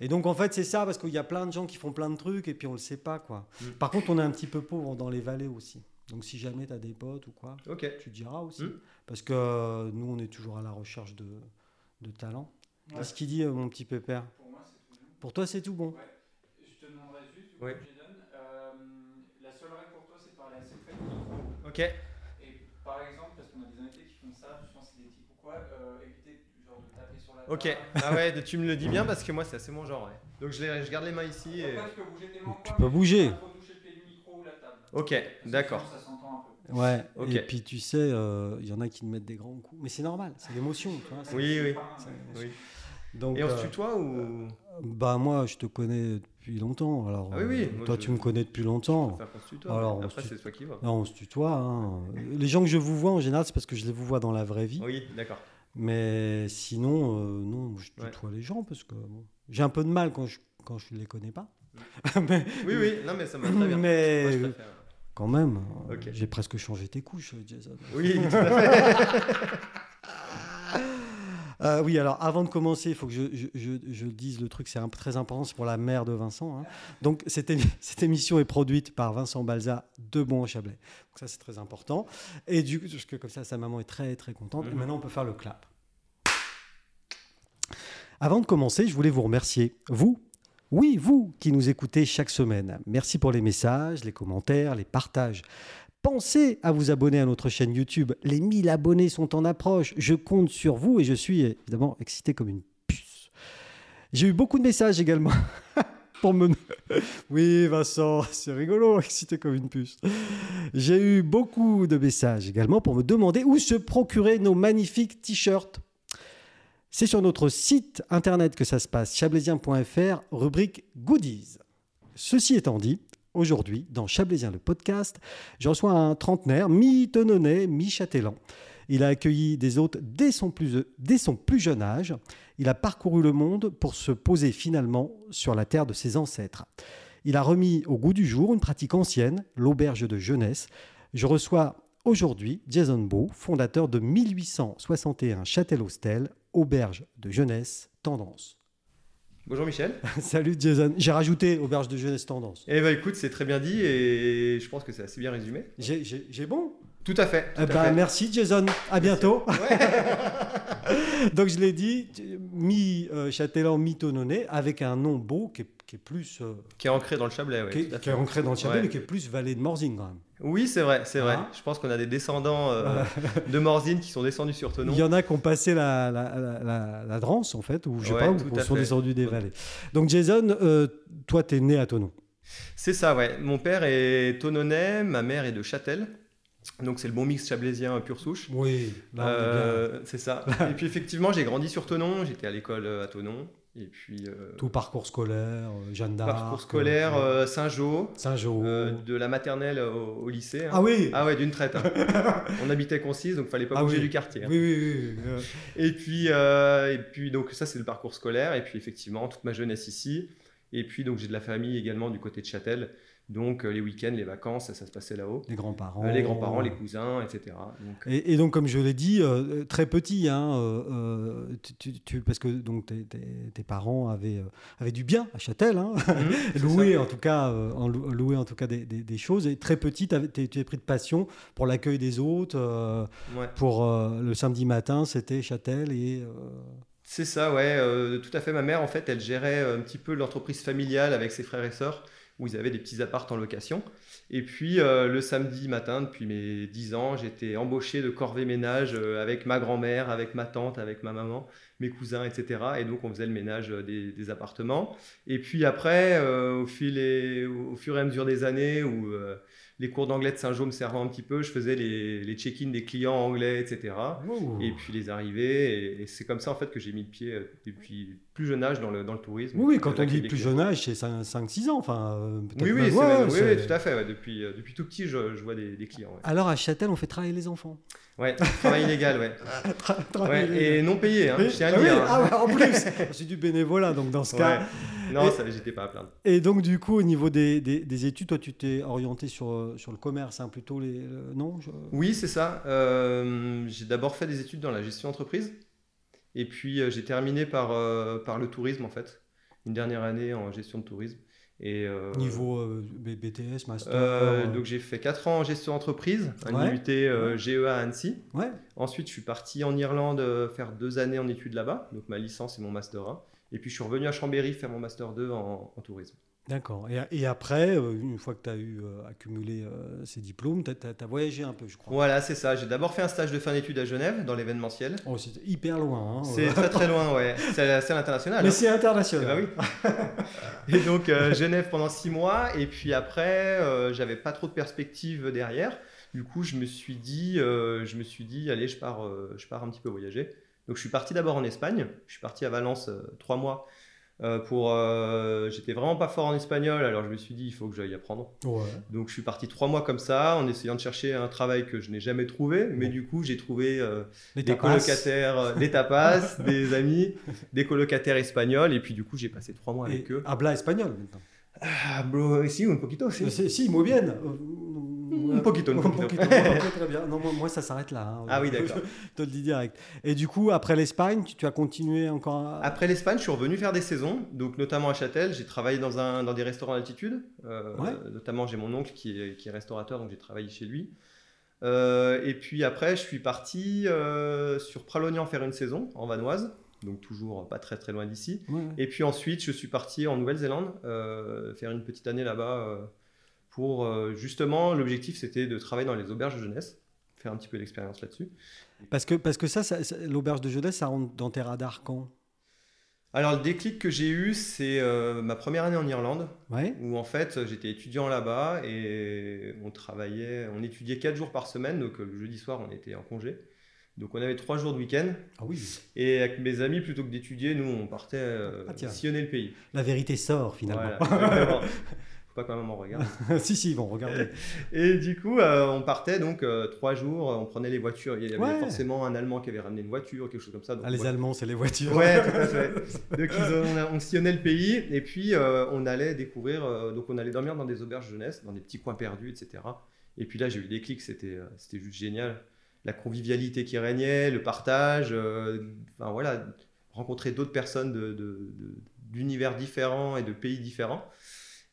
Et donc en fait c'est ça parce qu'il y a plein de gens qui font plein de trucs et puis on le sait pas quoi. Mm. Par contre on est un petit peu pauvre dans les vallées aussi. Donc si jamais tu as des potes ou quoi, Ok. tu diras aussi. Mm. Parce que euh, nous on est toujours à la recherche de, de talents. Ouais. Qu'est-ce qu'il dit euh, mon petit pépère Pour moi, c'est tout. Pour toi c'est tout bon. Je te demanderai juste, Ouais. je donne, euh, la seule règle pour toi, c'est de parler assez près. Ok. Et par exemple, parce qu'on a des invités qui font ça, je pense que c'est des types ou quoi, euh, éviter genre, de taper sur la table. Ok. Ah ouais, tu me le dis bien parce que moi, c'est assez mon genre. ouais. Donc je, les- je garde les mains ici. Et... Après, tu peux bouger tes mains ou Tu quoi, peux mais bouger. pas trop toucher le pied du micro ou la table. Ok, Parce que d'accord. sinon, Ça s'entend un peu. Ouais. Ok. Et puis tu sais, euh, il y en a qui te mettent des grands coups. Mais c'est normal, c'est l'émotion. tu vois, c'est- Oui, oui. Enfin, Oui. Donc, Et on euh, se tutoie ou. Bah moi, je te connais depuis longtemps. Alors, Ah oui, oui, euh, moi, toi, je- tu me connais depuis longtemps. Enfin, on se tutoie. Alors, mais on Après, se tut- c'est toi qui vois. Non, on se tutoie. hein. Les gens que je vous vois en général, c'est parce que je les vous vois dans la vraie vie. Oui, d'accord. Mais sinon, euh, non, je Ouais. tutoie les gens parce que bon, j'ai un peu de mal quand je quand je les connais pas. mais Oui, oui, non, mais ça m'a Mm. Bah, très bien. mais Moi, je préfère. quand même, euh, Ok. j'ai presque changé tes couches, Jason. Oui, tout à fait. Euh, oui, alors avant de commencer, il faut que je, je, je- je dise le truc, c'est un- très important, c'est pour la mère de Vincent. hein. Donc cette, émi- cette émission est produite par Vincent Balza de Bon-en-Chablais. Donc ça c'est très important. Et du coup, parce que comme ça, sa maman est très très contente. Et Mhm. maintenant, on peut faire le clap. Avant de commencer, je voulais vous remercier, vous, oui, vous qui nous écoutez chaque semaine. Merci pour les messages, les commentaires, les partages. Pensez à vous abonner à notre chaîne YouTube. Les 1000 abonnés sont en approche. Je compte sur vous et je suis évidemment excité comme une puce. J'ai eu beaucoup de messages également pour me... Oui, Vincent, c'est rigolo, excité comme une puce. J'ai eu beaucoup de messages également pour me demander où se procurer nos magnifiques t-shirts. C'est sur notre site internet que ça se passe, chablaisien.fr, rubrique goodies. Ceci étant dit, aujourd'hui, dans Chablaisien le podcast, je reçois un trentenaire, mi-tononnais, mi-châtellon. Il a accueilli des hôtes dès son, plus, dès son plus jeune âge. Il a parcouru le monde pour se poser finalement sur la terre de ses ancêtres. Il a remis au goût du jour une pratique ancienne, l'auberge de jeunesse. Je reçois aujourd'hui Jason Beau, fondateur de 1861 Châtel-Hostel, auberge de jeunesse tendance. Bonjour Michel. Salut Jason, j'ai rajouté auberge de jeunesse tendance. Eh ben écoute, c'est très bien dit et je pense que c'est assez bien résumé. J'ai- J'ai j'ai bon Tout à fait. tout Eh à ben, fait. Merci Jason, à bientôt. Ouais. Donc je l'ai dit, euh, mi-châtellon, mi-tononnet, avec un nom beau qui est, qui est plus... euh, qui est ancré dans le Chablais. ouais, qui, est- tout à fait. qui est ancré dans le Chablais, Ouais. mais qui est plus vallée de Morzine quand même. Oui, c'est vrai, c'est vrai. Hein Je pense qu'on a des descendants euh, de Morzine qui sont descendus sur Tonon. Il y en a qui ont passé la, la, la, la- la Drance, en fait, ou je sais Ouais, pas, ou tout qui à sont fait. descendus des vallées. Donc, Jason, euh, toi, t'es né à Tonon. C'est ça, ouais. Mon père est Tononnais, ma mère est de Châtel. Donc c'est le bon mix chablaisien pur souche. Oui, Euh, c'est ça. et puis effectivement, j'ai grandi sur Tonon. J'étais à l'école euh, à Tonon. Et puis euh, Tout parcours scolaire, euh, Jeanne d'Arc. parcours scolaire euh, euh, Saint-Jean, Saint-Jean. euh, de la maternelle au, au lycée. hein. Oh. ah oui, Ah ouais, d'une traite. hein. On habitait concise, donc fallait pas Ah bouger oui. du quartier. hein. oui, oui, oui, euh, Et puis, euh, et puis donc ça c'est le parcours scolaire. Et puis effectivement toute ma jeunesse ici. Et puis donc j'ai de la famille également du côté de Châtel. Donc euh, les week-ends, les vacances, ça, ça se passait là-haut. les grands-parents. Euh, les grands-parents, les cousins, etc. Donc, Oh. Et, et donc, comme je l'ai dit, euh, très petit, hein, euh, euh, tu, tu- tu- parce que donc, tes, tes- tes parents avaient, euh, avaient du bien à Châtel, hein, Mhm, c'est loué ça. en tout cas, euh, en lou- loué en tout cas des, des- des choses. Et très petit, t'avais- t'es- tu es pris de passion pour l'accueil des hôtes. euh, Ouais. pour euh, le samedi matin, c'était Châtel et euh, C'est ça, ouais. euh, tout à fait. Ma mère, en fait, elle gérait euh, un petit peu l'entreprise familiale avec ses frères et sœurs, où ils avaient des petits apparts en location. Et puis, euh, le samedi matin, depuis mes 10 ans, j'étais embauché de corvée ménage euh, avec ma grand-mère, avec ma tante, avec ma maman, mes cousins, etc. Et donc, on faisait le ménage euh, des, des appartements. Et puis après, euh, au, fil et- au fur et à mesure des années, où euh, les cours d'anglais de Saint-Jean me servaient un petit peu, je faisais les, les check-in des clients anglais, etc et puis les arrivées. Et, et c'est comme ça en fait que j'ai mis le pied euh, depuis plus jeune âge dans le, dans le tourisme. oui, oui, quand on L'accueil dit des plus clients. jeune âge, c'est 5-6 ans. Enfin, euh, peut-être Oui, oui, même, c'est ouais, même- oui, c'est- oui, tout à fait. ouais. Depuis, euh, depuis tout petit, je, je vois des, des clients. Ouais, Alors à Châtel, on fait travailler les enfants. Ouais, travail illégal, ouais. Tra- travailler Ouais, les- Et non payé, hein, Ah. Oui, je tiens à ah le oui, dire. ah ouais, en plus, c'est du bénévolat, donc dans ce cas. Ouais. Non, Et- ça, j'étais pas à plaindre. Et donc, du coup, au niveau des, des- des études, toi, tu t'es orienté sur, euh, sur le commerce, hein, plutôt les. euh, non je- Oui, c'est ça. Euh, j'ai d'abord fait des études dans la gestion d'entreprise. Et puis, euh, j'ai terminé par, euh, par le tourisme, en fait. une dernière année en gestion de tourisme. Et, euh, Niveau euh, B- BTS, master. euh, euh, donc j'ai fait 4 ans en gestion d'entreprise, un Ouais. IUT euh, GEA à Annecy. ouais. Ensuite, je suis parti en Irlande euh, faire deux années en études là-bas, donc ma licence et mon master 1. Et puis je suis revenu à Chambéry faire mon master 2 en, en tourisme. D'accord. Et, et après, euh, une fois que tu as eu euh, accumulé euh, ces diplômes, tu as, voyagé un peu, je crois. Voilà, c'est ça. J'ai d'abord fait un stage de fin d'études à Genève dans l'événementiel. Oh, c'est hyper loin. hein. C'est très très loin, ouais. C'est à- c'est à l'international. Mais hein. c'est Eh international. ben oui. et donc euh, Genève pendant six mois, et puis après, euh, j'avais pas trop de perspective derrière. Du coup, je me suis dit, euh, je me suis dit, allez, je pars, euh, je pars un petit peu voyager. Donc je suis parti d'abord en Espagne. Je suis parti à Valence euh, trois mois. euh, pour, euh, j'étais vraiment pas fort en espagnol, alors je me suis dit il faut que j'aille apprendre. Ouais. Donc je suis parti trois mois comme ça, en essayant de chercher un travail que je n'ai jamais trouvé, mais du coup j'ai trouvé euh, Les des tapas. colocataires, euh, des tapas, des amis, des colocataires espagnols, et puis du coup j'ai passé trois mois Et avec eux. habla espagnol maintenant. Ah, bro, si, un poquito, si. Euh, c'est- Si, muy bien. Euh, Un Hmm. poquito, un Un poquito. poquito. Très, très bien. Non, moi, moi, ça s'arrête là. hein. Ah oui, d'accord. Je te le dis direct. Et du coup, après l'Espagne, tu, tu as continué encore à- Après l'Espagne, je suis revenu faire des saisons, donc notamment à Châtel, j'ai travaillé dans, un, dans des restaurants d'altitude, euh, Ouais. notamment j'ai mon oncle qui est, qui est restaurateur, donc j'ai travaillé chez lui. Euh, et puis après, je suis parti euh, sur Pralognan faire une saison en Vanoise, donc toujours pas très très loin d'ici. Ouais, ouais. Et puis ensuite, je suis parti en Nouvelle-Zélande euh, faire une petite année là-bas euh, pour euh, justement l'objectif c'était de travailler dans les auberges de jeunesse, faire un petit peu d'expérience là-dessus. Parce que, parce que ça, ça- ça- l'auberge de jeunesse, ça rentre dans tes radars quand Alors le déclic que j'ai eu, c'est euh, ma première année en Irlande Ouais. où en fait j'étais étudiant là-bas et on travaillait, on étudiait quatre jours par semaine, donc euh, le jeudi soir on était en congé. Donc on avait trois jours de week-end Ah oui. et avec mes amis plutôt que d'étudier, nous on partait euh, Ah, tiens. sillonner le pays. La vérité sort finalement. Voilà, exactement. Faut pas quand même en regarde. si, si, ils vont regarder. Et du coup, euh, on partait donc euh, trois jours, euh, on prenait les voitures. Il y avait Ouais. forcément un Allemand qui avait ramené une voiture, quelque chose comme ça. donc Ah, les voilà. Allemands, c'est les voitures. Ouais, tout à fait. Donc ils ont- on, a- on sillonnait le pays et puis euh, on allait découvrir, euh, donc on allait dormir dans des auberges jeunesse, dans des petits coins perdus, etc. Et puis là, j'ai eu des clics, c'était euh, c'était juste génial. La convivialité qui régnait, le partage, euh, enfin voilà, rencontrer d'autres personnes de- de- de- d'univers différents et de pays différents.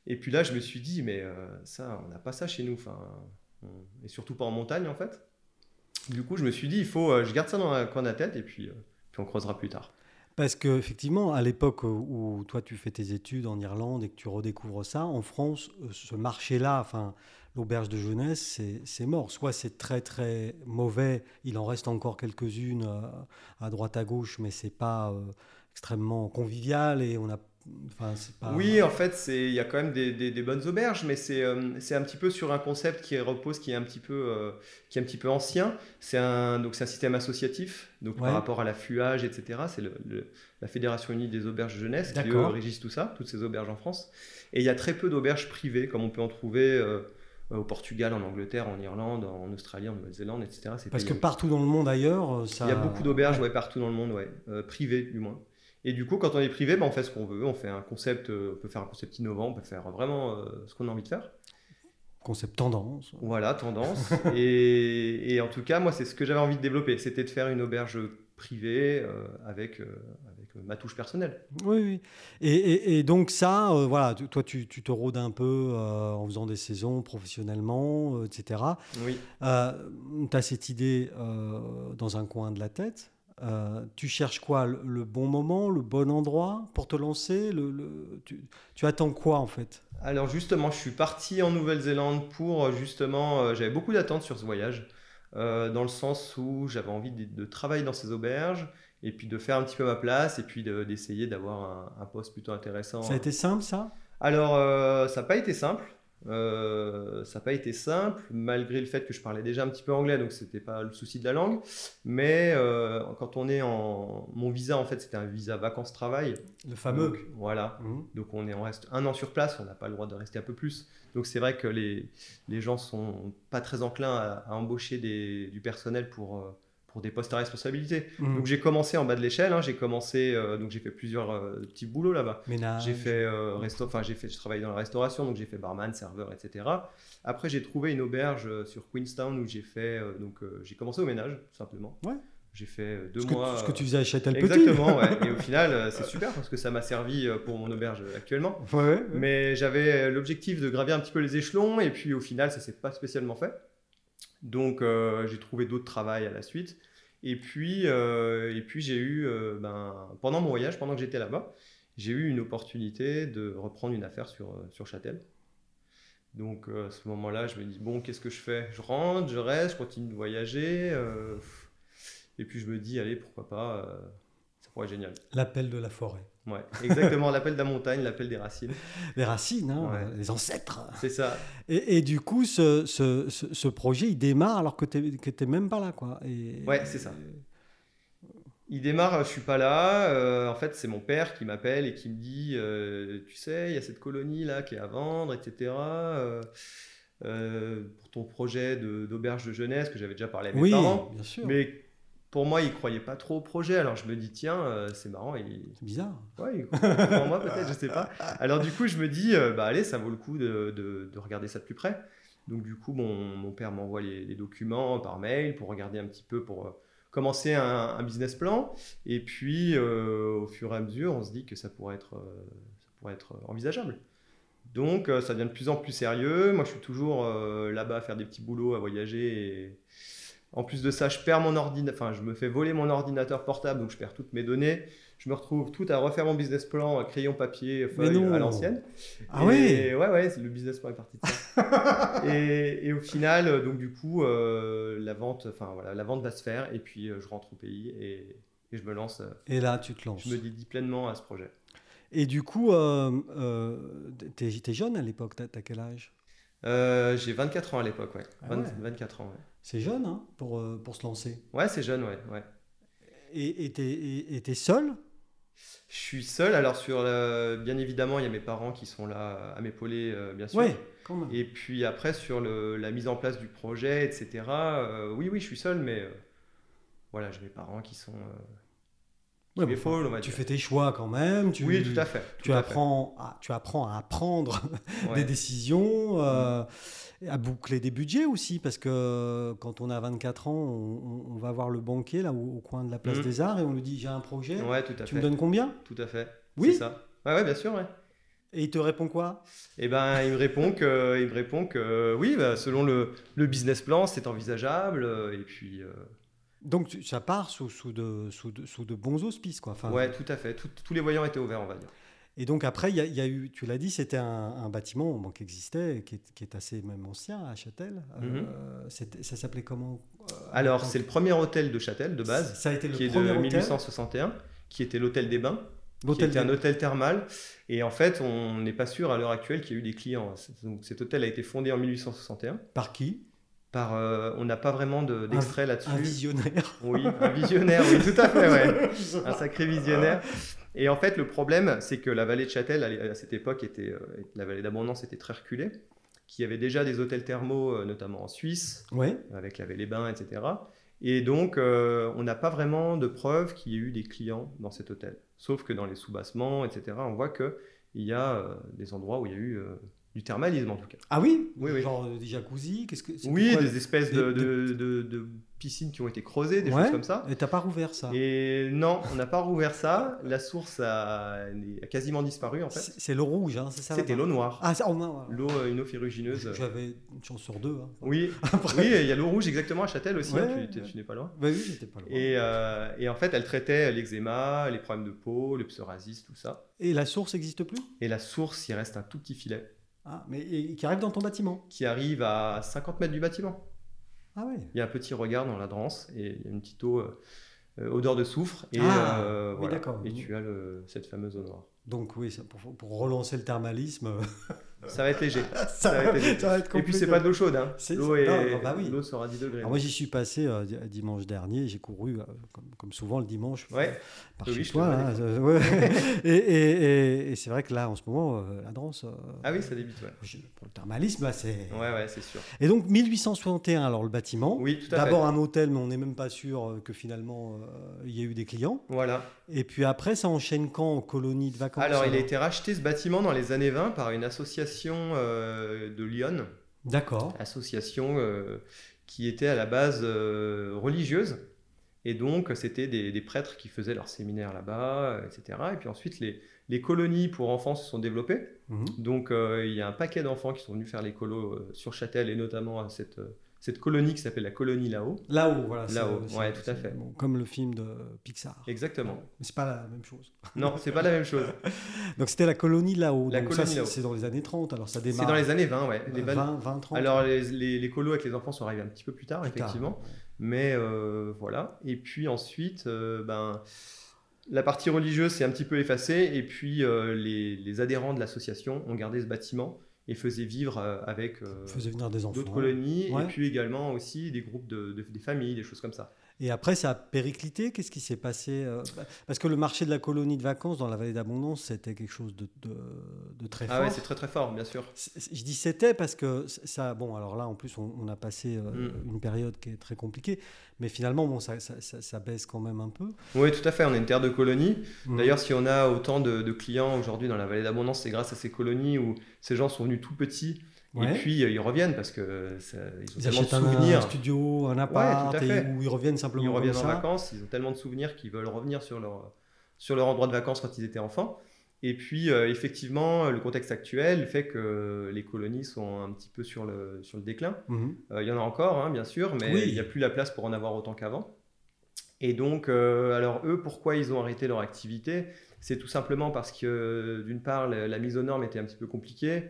Et puis là, je me suis dit, mais euh, ça, on n'a pas ça chez nous, enfin, on- et surtout pas en montagne en fait. Du coup, je me suis dit, il faut, euh, je garde ça dans un coin de la tête et puis, euh, puis on creusera plus tard. Parce que effectivement, à l'époque euh, où toi tu fais tes études en Irlande et que tu redécouvres ça, en France, euh, ce marché-là, enfin l'auberge de jeunesse, c'est- c'est mort. Soit c'est très très mauvais, il en reste encore quelques-unes euh, à droite à gauche, mais c'est pas euh, extrêmement convivial et on a, enfin c'est pas. Oui, en fait, c'est- il y a quand même des, des- des bonnes auberges, mais c'est euh, c'est un petit peu sur un concept qui repose, qui est un petit peu, euh, qui est un petit peu ancien. C'est un, donc c'est un système associatif, donc Ouais. par rapport à l'affluage, etc. C'est le- le- la Fédération Unie des Auberges Jeunesse qui eux, D'accord. régissent tout ça, toutes ces auberges en France. Et il y a très peu d'auberges privées, comme on peut en trouver euh, au Portugal, en Angleterre, en Irlande, en Australie, en Nouvelle-Zélande, etc. C'est Parce que payant. partout dans le monde ailleurs, euh, ça. euh, Il y a beaucoup d'auberges ouais, partout dans le monde, ouais. Euh, privées du moins. Et du coup, quand on est privé, bah, on fait ce qu'on veut. On fait un concept, euh, on peut faire un concept innovant, on peut faire vraiment euh, ce qu'on a envie de faire. Concept tendance. Voilà, tendance. et, et en tout cas, moi, c'est ce que j'avais envie de développer. C'était de faire une auberge privée euh, avec, euh, avec euh, ma touche personnelle. Oui, oui. Et, et- et donc ça, euh, voilà, tu- toi tu, tu te rôdes un peu euh, en faisant des saisons professionnellement, euh, etc. Oui. tu as cette idée euh, dans un coin de la tête. Euh, tu cherches quoi le, le bon moment, le bon endroit pour te lancer le, le- tu, tu attends quoi en fait Alors justement, je suis parti en Nouvelle-Zélande pour euh, justement, euh, j'avais beaucoup d'attentes sur ce voyage, euh, dans le sens où j'avais envie de, de travailler dans ces auberges et puis de faire un petit peu ma place et puis de- d'essayer d'avoir un, un poste plutôt intéressant. Ça a été simple ça Alors euh, ça n'a pas été simple. Euh, ça n'a pas été simple, malgré le fait que je parlais déjà un petit peu anglais, donc c'était pas le souci de la langue. Mais euh, quand on est en, mon visa en fait, c'était un visa vacances-travail. Le Donc, voilà. Mhm. Donc on, est, on reste un an sur place, on n'a pas le droit de rester un peu plus. Donc c'est vrai que les, les gens sont pas très enclins à, à embaucher des- du personnel pour, euh, pour des postes à responsabilité. Mhm. Donc j'ai commencé en bas de l'échelle, hein, j'ai commencé, euh, donc j'ai fait plusieurs euh, petits boulots là-bas. Ménage. J'ai fait, euh, resto, enfin j'ai fait, je travaillais dans la restauration, donc j'ai fait barman, serveur, etc. Après j'ai trouvé une auberge euh, sur Queenstown où j'ai fait, euh, donc euh, j'ai commencé au ménage tout simplement. Ouais. J'ai fait deux ce, mois. que, ce euh, que tu faisais à Châtel-Petit. Exactement, ouais. Et au final, euh, c'est super parce que ça m'a servi euh, pour mon auberge actuellement. Ouais, ouais. Mais j'avais euh, l'objectif de gravir un petit peu les échelons et puis au final, ça s'est pas spécialement fait. Donc euh, j'ai trouvé d'autres travails à la suite. Et puis, euh, et puis j'ai eu, euh, ben, pendant mon voyage, pendant que j'étais là-bas, j'ai eu une opportunité de reprendre une affaire sur, euh, sur Châtel. Donc euh, à ce moment-là, je me dis, bon, qu'est-ce que je fais Je rentre, je reste, je continue de voyager. euh, pff. et puis je me dis, allez, pourquoi pas, euh, ça pourrait être génial. L'appel de la forêt. Ouais, exactement, l'appel de la montagne, l'appel des racines. Les racines, hein, Ouais. les ancêtres. C'est ça. Et, et du coup, ce, ce- ce- ce projet, il démarre alors que tu n'es même pas là. Quoi. Et, Ouais, c'est ça. Il démarre, euh, je suis pas là. euh, en fait, c'est mon père qui m'appelle et qui me dit, euh, tu sais, il y a cette colonie là qui est à vendre, etc. euh, euh, pour ton projet de- d'auberge de, jeunesse que j'avais déjà parlé à mes Oui, parents, bien sûr. mais pour moi, il croyait pas trop au projet. Alors je me dis, tiens, euh, c'est marrant, il, C'est bizarre. Ouais, il comprend pas pour moi peut-être, je sais pas. Alors du coup, je me dis, euh, bah allez, ça vaut le coup de, de- de regarder ça de plus près. Donc du coup, mon, mon père m'envoie les, les documents par mail pour regarder un petit peu, pour euh, commencer un, un business plan. Et puis, euh, au fur et à mesure, on se dit que ça pourrait être, euh, ça pourrait être envisageable. Donc euh, ça devient de plus en plus sérieux. Moi, je suis toujours euh, là-bas à faire des petits boulots, à voyager. et- En plus de ça, je perds mon ordinateur, enfin, je me fais voler mon ordinateur portable, donc je perds toutes mes données. Je me retrouve tout à refaire mon business plan, euh, crayon, papier, feuille non. à l'ancienne. Ah Et- ouais Ouais, ouais, c'est- le business plan est parti de ça. et, et au final, euh, donc du coup, euh, la, vente, enfin, voilà, la vente va se faire et puis euh, je rentre au pays et, et je me lance, euh, Et là, tu te lances. je me dédie pleinement à ce projet. Et du coup, euh, euh, t'es t'es jeune à l'époque, t'as t'as quel âge Euh, J'ai 24 ans à l'époque, ouais. Ah 20 ouais. 24 ans, ouais. C'est jeune hein, pour, euh, pour se lancer. Ouais, c'est jeune, ouais, ouais. Et et t'es et- et t'es seul Je suis seul, alors sur, le- bien évidemment, il y a mes parents qui sont là à m'épauler, euh, bien sûr. Ouais, quand même. Et puis après, sur le- la mise en place du projet, etc., euh, oui, oui, je suis seul, mais euh, voilà, j'ai mes parents qui sont. Euh, qui Ouais, mais m'épaulent, on va Tu dire. fais tes choix quand même. Tu, Oui, tout à fait. Tu tout à fait. apprends, à, tu apprends à prendre Ouais. Mm. des décisions, euh, à boucler des budgets aussi, parce que quand on a 24 ans, on, on- on va voir le banquier là au, au coin de la place Mhm. des Arts et on lui dit j'ai un projet, Ouais, tout à tu fait. me donnes combien Tout à fait. Oui. C'est ça. Ouais, ouais, bien sûr, ouais. Et il te répond quoi Et ben, il me répond que, il me répond que, euh, oui, bah, selon le, le business plan, c'est envisageable. euh, Et puis, euh, Donc tu- ça part sous, sous de, sous, de, sous de bons auspices quoi. Enfin, ouais, tout à fait. Tout- tous les voyants étaient ouverts, on va dire. Et donc après, il y, a- il y a eu, tu l'as dit, c'était un, un bâtiment bon, qui existait, qui est, qui est assez même ancien à Châtel. Euh, c'était- ça s'appelait comment euh, Mhm. Alors, donc, c'est le premier hôtel de Châtel, de base, Ça a été le qui est de premier hôtel. 1861, qui était l'hôtel des Bains. qui l'hôtel était un des- hôtel thermal. Et en fait, on n'est pas sûr à l'heure actuelle qu'il y ait eu des clients. C'est- Donc, cet hôtel a été fondé en 1861. Par qui Par, euh, on n'a pas vraiment de- d'extrait Un là-dessus. visionnaire. oui, un visionnaire, oui, tout à fait, ouais. Je sais un pas. sacré visionnaire. Ah. Et en fait, le problème, c'est que la vallée de Châtel, à à cette époque, était, euh, la vallée d'Abondance était très reculée, qu'il y avait déjà des hôtels thermaux, euh, notamment en Suisse, Ouais. avec la les bains etc. Et donc, euh, on n'a pas vraiment de preuve qu'il y ait eu des clients dans cet hôtel. Sauf que dans les soubassements, etc., on voit qu'il y a euh, des endroits où il y a eu euh, du thermalisme, en tout cas. Ah oui, Oui, oui. Genre euh, des jacuzzi, qu'est-ce que c'était Oui, quoi des espèces de, des- de- de- de piscines qui ont été creusées, des Ouais. choses comme ça. Et t'as pas rouvert ça Et non, on n'a pas rouvert ça. La source a, elle est- a quasiment disparu en fait. C'est c'est l'eau rouge, hein, c'est ça C'était là-bas l'eau noire. Ah, ça, oh, non, L'eau, euh, une eau ferrugineuse. J'avais une chance sur deux. hein. Oui, Après- oui, il y a l'eau rouge exactement à Châtel aussi. hein, Ouais, tu- ouais. tu tu n'es pas loin. Bah oui, j'étais pas loin. Et, euh, et en fait, elle traitait l'eczéma, les problèmes de peau, le psoriasis, tout ça. Et la source n'existe plus Et la source, il reste un tout petit filet Ah, mais et- qui arrive dans ton bâtiment. qui arrive à 50 mètres du bâtiment. Ah ouais. Il y a un petit regard dans la drance et il y a une petite eau, euh, odeur de soufre. Et, Ah, euh, oui, voilà. d'accord. et tu as le- cette fameuse eau noire. Donc oui, ça, pour, pour relancer le thermalisme, Ça va être léger. ça, va être ça va être Et compliqué. puis c'est pas de l'eau chaude, hein. C'est- L'eau c'est- est... non, non, bah oui. l'eau sera 10 degrés. Alors moi j'y suis passé euh, di- dimanche dernier, j'ai couru euh, comme, comme souvent le dimanche Ouais. par Oui, chez je te toi. vois, hein, euh, ouais. et et- et- et c'est vrai que là en ce moment, euh, la danse, euh, Ah oui, ça débite, ouais. je- pour le thermalisme, là, c'est... Ouais, ouais, c'est sûr. Et donc 1861, alors le bâtiment, Oui, tout à fait. Oh, d'abord un hôtel, mais on n'est même pas sûr euh, que finalement euh, il y ait eu des clients. Voilà. Et puis après ça enchaîne quand en colonie de vacances euh Alors, il a alors été racheté ce bâtiment dans les années 20 par une association euh, de Lyon, D'accord. association euh, qui était à la base euh, religieuse Et donc, c'était des, des prêtres qui faisaient leur séminaire là-bas, euh, etc. Et puis ensuite, les, les colonies pour enfants se sont développées. Mhm. Donc, euh, il y a un paquet d'enfants qui sont venus faire les colos euh, sur Châtel et notamment à cette, euh, cette colonie qui s'appelle la colonie là-haut. Là-haut, voilà. c'est- Là-haut, c'est- ouais, tout c'est- à fait. bon, comme le film de Pixar. Exactement. Mais c'est pas la même chose. Non, c'est pas la même chose. Donc c'était la colonie là-haut. La Donc ça, colonie c'est- là-haut. c'est dans les années 30, alors ça démarre. euh, C'est dans les années 20, ouais. Les 20 20, 20, 30. Alors, les, les, les colos avec les enfants sont arrivés un petit peu plus tard, plus tard. effectivement. Mais euh, voilà. Et puis ensuite, euh, ben, la partie religieuse s'est un petit peu effacée. Et puis, euh, les, les adhérents de l'association ont gardé ce bâtiment et faisaient vivre euh, avec euh, On faisait venir des enfants. d'autres colonies. Ouais. Et puis également aussi des groupes de, de- des familles, des choses comme ça. Et après, ça a périclité. Qu'est-ce qui s'est passé euh, bah, Parce que le marché de la colonie de vacances dans la vallée d'Abondance, c'était quelque chose de, de- de très fort. Ah ouais, c'est très très fort, bien sûr. C'est- c'est- Je dis c'était parce que c- ça, bon, alors là, en plus, on, on a passé euh, Mm. une période qui est très compliquée, mais finalement, bon, ça, ça- ça- ça baisse quand même un peu. Oui, tout à fait. On est une terre de colonies. Mm. D'ailleurs, si on a autant de, de clients aujourd'hui dans la vallée d'abondance, c'est grâce à ces colonies où ces gens sont venus tout petits. Ouais. Et puis euh, ils reviennent parce que euh, ça- ils ont ils tellement de achètent un, un souvenirs. studio, un appart, tout à et- fait. où ils reviennent simplement Ils comme reviennent en ça. vacances, ils ont tellement de souvenirs qu'ils veulent revenir sur leur, sur leur endroit de vacances quand ils étaient enfants. Et puis, euh, effectivement, le contexte actuel fait que les colonies sont un petit peu sur le, sur le déclin. Mhm. Euh, il y en a encore, hein, bien sûr, mais Oui. il n'y a plus la place pour en avoir autant qu'avant. Et donc, euh, alors eux, pourquoi ils ont arrêté leur activité C'est tout simplement parce que, euh, d'une part, la, la mise aux normes était un petit peu compliquée.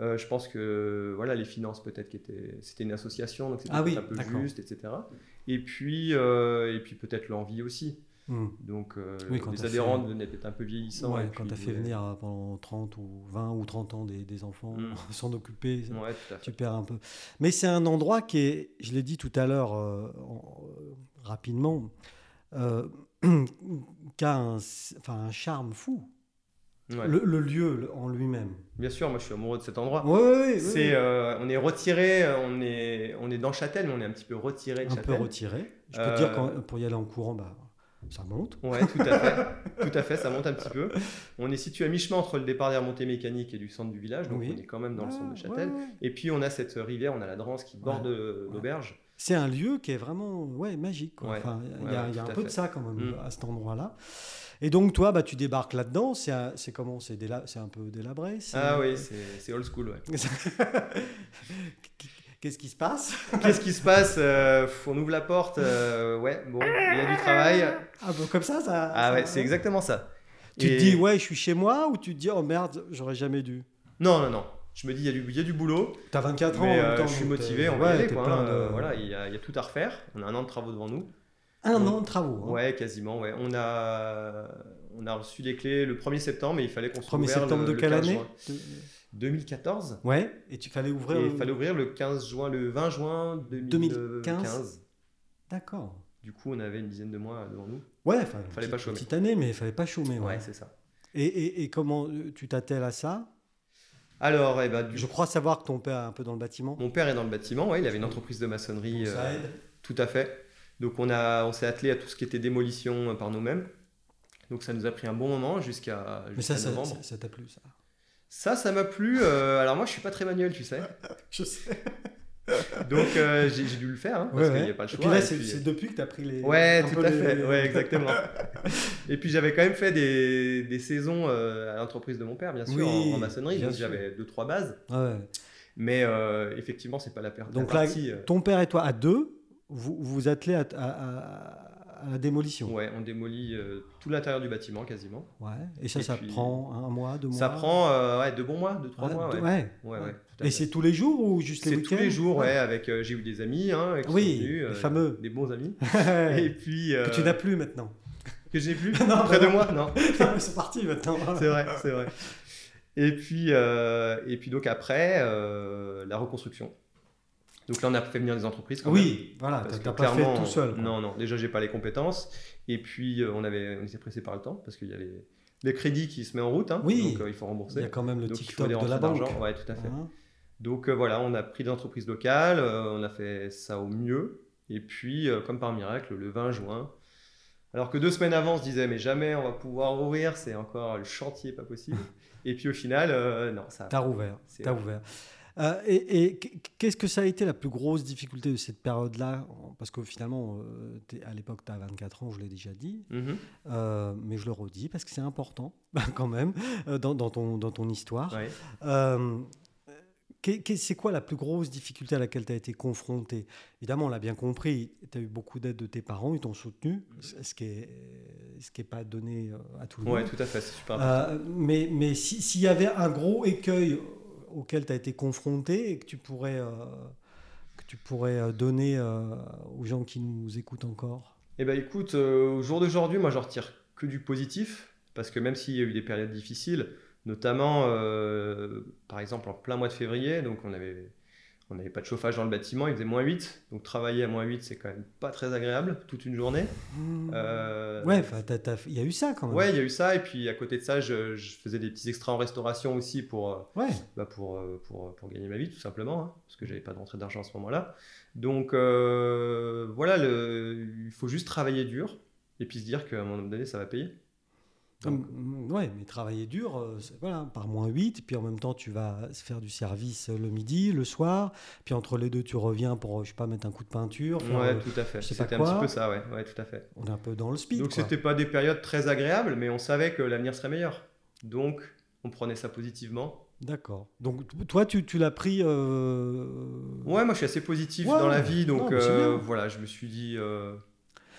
Euh, je pense que voilà les finances peut-être qui étaient c'était une association donc c'était Ah oui, peut-être un peu d'accord. juste etc et puis euh, et puis peut-être l'envie aussi Mhm. donc euh, Oui, quand les t'as adhérents fait- devenaient peut-être un peu vieillissants Mhm. Ouais, et quand puis tu as fait ils- venir euh, pendant 30 ou 20 ou 30 ans des, des enfants, Mm. s'en occuper, ça- ouais tout à fait tu perds un peu. Mais c'est un endroit qui est, je l'ai dit tout à l'heure euh, en- euh, rapidement, euh, qui a un, enfin, un charme fou. Ouais. Le, le lieu le- en lui-même. bien sûr moi je suis amoureux de cet endroit Oui, oui, C'est, euh, on est retiré, euh, on est, on est dans Châtel, mais on est un petit peu retiré de un peu Châtel. retiré. Je peux Euh, te dire que pour y aller en courant, bah, ça monte. Ouais, tout à fait, tout à fait, ça monte un petit peu. On est situé à mi-chemin entre le départ des remontées mécaniques et du centre du village, donc Oui. on est quand même dans le centre de Ah, Ouais, Châtel. ouais, ouais. Et puis on a cette rivière, on a la Drance qui borde euh, ouais. l'auberge. C'est un lieu qui est vraiment ouais, magique. quoi. Ouais, Enfin, Il y a- ouais, il y a, ouais, il y a tout un à peu fait. de ça quand même Mm. à cet endroit-là. Et donc toi, bah, tu débarques là-dedans. C'est un- c'est comment C'est déla- c'est un peu délabré c'est- Ah oui, c'est c'est old school. ouais. Qu'est-ce qui se passe Qu'est-ce qui se passe Euh, pff, On ouvre la porte. euh, ouais, bon, il y a du travail. Ah bon, comme ça, ça. Ah ça- ouais, c'est exactement ça. Tu Et- te dis ouais, je suis chez moi ou tu te dis oh merde, j'aurais jamais dû. Non, non, non. Je me dis, il y a du- il y a du boulot. T'as 24 ans. Mais, en même euh, temps, je suis donc, motivé, euh, on va y ouais, aller. t'es quoi, plein hein. de- Euh, Voilà, il y, a, il y a tout à refaire. On a un an de travaux devant nous. Un Ouais. an de travaux. hein. Ouais, quasiment. Ouais. On, a, on a reçu les clés le 1er septembre, mais il fallait qu'on se 1er septembre le, de le quelle 15 année juin 2014. Ouais. Et tu fallait ouvrir. Et le- il fallait ouvrir le 15 juin, le 20 juin 2015. 2015. D'accord. Du coup, on avait une dizaine de mois devant nous. Ouais, enfin, une Fallait petite- pas chômer. Petite année, mais il fallait pas chômer. Ouais, Ouais. c'est ça. et, et- et comment euh, tu t'attelles à ça Alors, eh ben, du- Je crois savoir que ton père est un peu dans le bâtiment. mon père est dans le bâtiment. Ouais, il avait une entreprise de maçonnerie. Donc, euh, ça aide. Tout à fait. Donc on, a- on s'est attelé à tout ce qui était démolition euh, par nous-mêmes. Donc ça nous a pris un bon moment jusqu'à mais ça, jusqu'à ça, novembre. ça, ça t'a plu ça. Ça, ça m'a plu. euh, alors moi, je suis pas très manuel, tu sais. Je sais. Donc euh, j'ai j'ai dû le faire hein, parce qu'il n'y a pas le Et choix. puis là, et c'est puis- euh, c'est depuis que t'as pris les. Ouais, un tout peu à les- fait. Ouais, exactement. et puis j'avais quand même fait des, des saisons euh, à l'entreprise de mon père, bien sûr, Oui, en, en maçonnerie. bien Donc sûr. j'avais deux trois bases. Ouais. Mais euh, effectivement, c'est pas la perte. Donc la là- partie, euh, Ton père et toi, à deux, vous vous vous attelez à, à- à- à la démolition. ouais, on démolit euh, tout l'intérieur du bâtiment quasiment. Ouais. Et ça, Et ça puis- prend un mois, deux mois Ça prend euh, ouais, deux bons mois, deux trois Ouais, mois. deux- Ouais. ouais. Ouais, ouais, tout à Et fait. c'est tous les jours ou juste les C'est week-ends tous les jours, ouais. avec, euh, j'ai eu des amis, hein, qui sont Oui, venus, les fameux. des bons amis. Et que puis euh, tu n'as plus maintenant. que j'ai plus Non, bah près de non. moi, non, Non, mais c'est parti maintenant. c'est vrai, c'est vrai. Et puis euh, et puis donc après euh, la reconstruction. Donc là on a fait venir des entreprises. Quand même. Oui, voilà, Parce t'as que t'as pas fait clairement, tout seul. quoi. Non, non. Déjà, j'ai pas les compétences. Et puis, euh, on avait, on était pressé par le temps parce qu'il y a les, les crédits qui se mettent en route. hein. Oui. Donc, euh, il faut Il y rembourser. a quand même le Donc, il faut TikTok de des la rentrées banque. d'argent. Ouais, tout à fait. Hein Donc euh, voilà, on a pris des entreprises locales, euh, on a fait ça au mieux. Et puis, euh, comme par miracle, le 20 juin, alors que deux semaines avant, on se disait, mais jamais on va pouvoir ouvrir, c'est encore le chantier, pas possible. Et puis au final, euh, non, ça. T'as rouvert. C'est T'as vrai. ouvert. Euh, et et qu'est-ce que ça a été la plus grosse difficulté de cette période-là Parce que finalement, euh, t'es- à l'époque, tu as 24 ans, je l'ai déjà dit, Mhm. euh, mais je le redis parce que c'est important quand même euh, dans, dans ton, dans ton histoire. Ouais. Euh, qu'est- qu'est- c'est quoi la plus grosse difficulté à laquelle tu as été confronté Évidemment, on l'a bien compris, tu as eu beaucoup d'aide de tes parents, ils t'ont soutenu, ce ce qui est ce qui est pas donné euh, à tout le Mm. Ouais, monde. tout à fait, c'est super. Euh, mais mais si- s'il y avait un gros écueil auquel tu as été confronté et que tu pourrais, euh, que tu pourrais euh, donner euh, aux gens qui nous écoutent encore Eh ben écoute, euh, au jour d'aujourd'hui, moi j'en retire que du positif, parce que même s'il y a eu des périodes difficiles, notamment euh, par exemple en plein mois de février, donc on avait on n'avait pas de chauffage dans le bâtiment, il faisait moins 8, donc travailler à moins 8 c'est quand même pas très agréable toute une journée. Euh, Ouais, enfin, euh. t'as- t'as- il y a eu ça quand même. Ouais, il y a eu ça, et puis à côté de ça, je, je faisais des petits extras en restauration aussi pour, euh, Ouais. bah, pour, euh, pour, pour gagner ma vie tout simplement, hein, parce que j'avais pas de rentrée d'argent à ce moment-là. Donc euh, voilà, le- il faut juste travailler dur et puis se dire qu'à un moment donné, ça va payer. Donc, Hum, ouais, mais travailler dur, euh, c'est- voilà, par moins 8, puis en même temps tu vas faire du service euh, le midi, le soir, puis entre les deux tu reviens pour, euh, je sais pas, mettre un coup de peinture. faire, ouais, euh, tout à fait. je sais pas C'était un quoi. petit peu ça, ouais, ouais, tout à fait. on est un peu dans le speed. Donc quoi. c'était pas des périodes très agréables, mais on savait que l'avenir serait meilleur. Donc on prenait ça positivement. D'accord. Donc t- toi tu, tu l'as pris... euh, Ouais, moi je suis assez positif Ouais, dans la ouais. vie, Non, donc mais c'est euh, bien. voilà, je me suis dit. euh,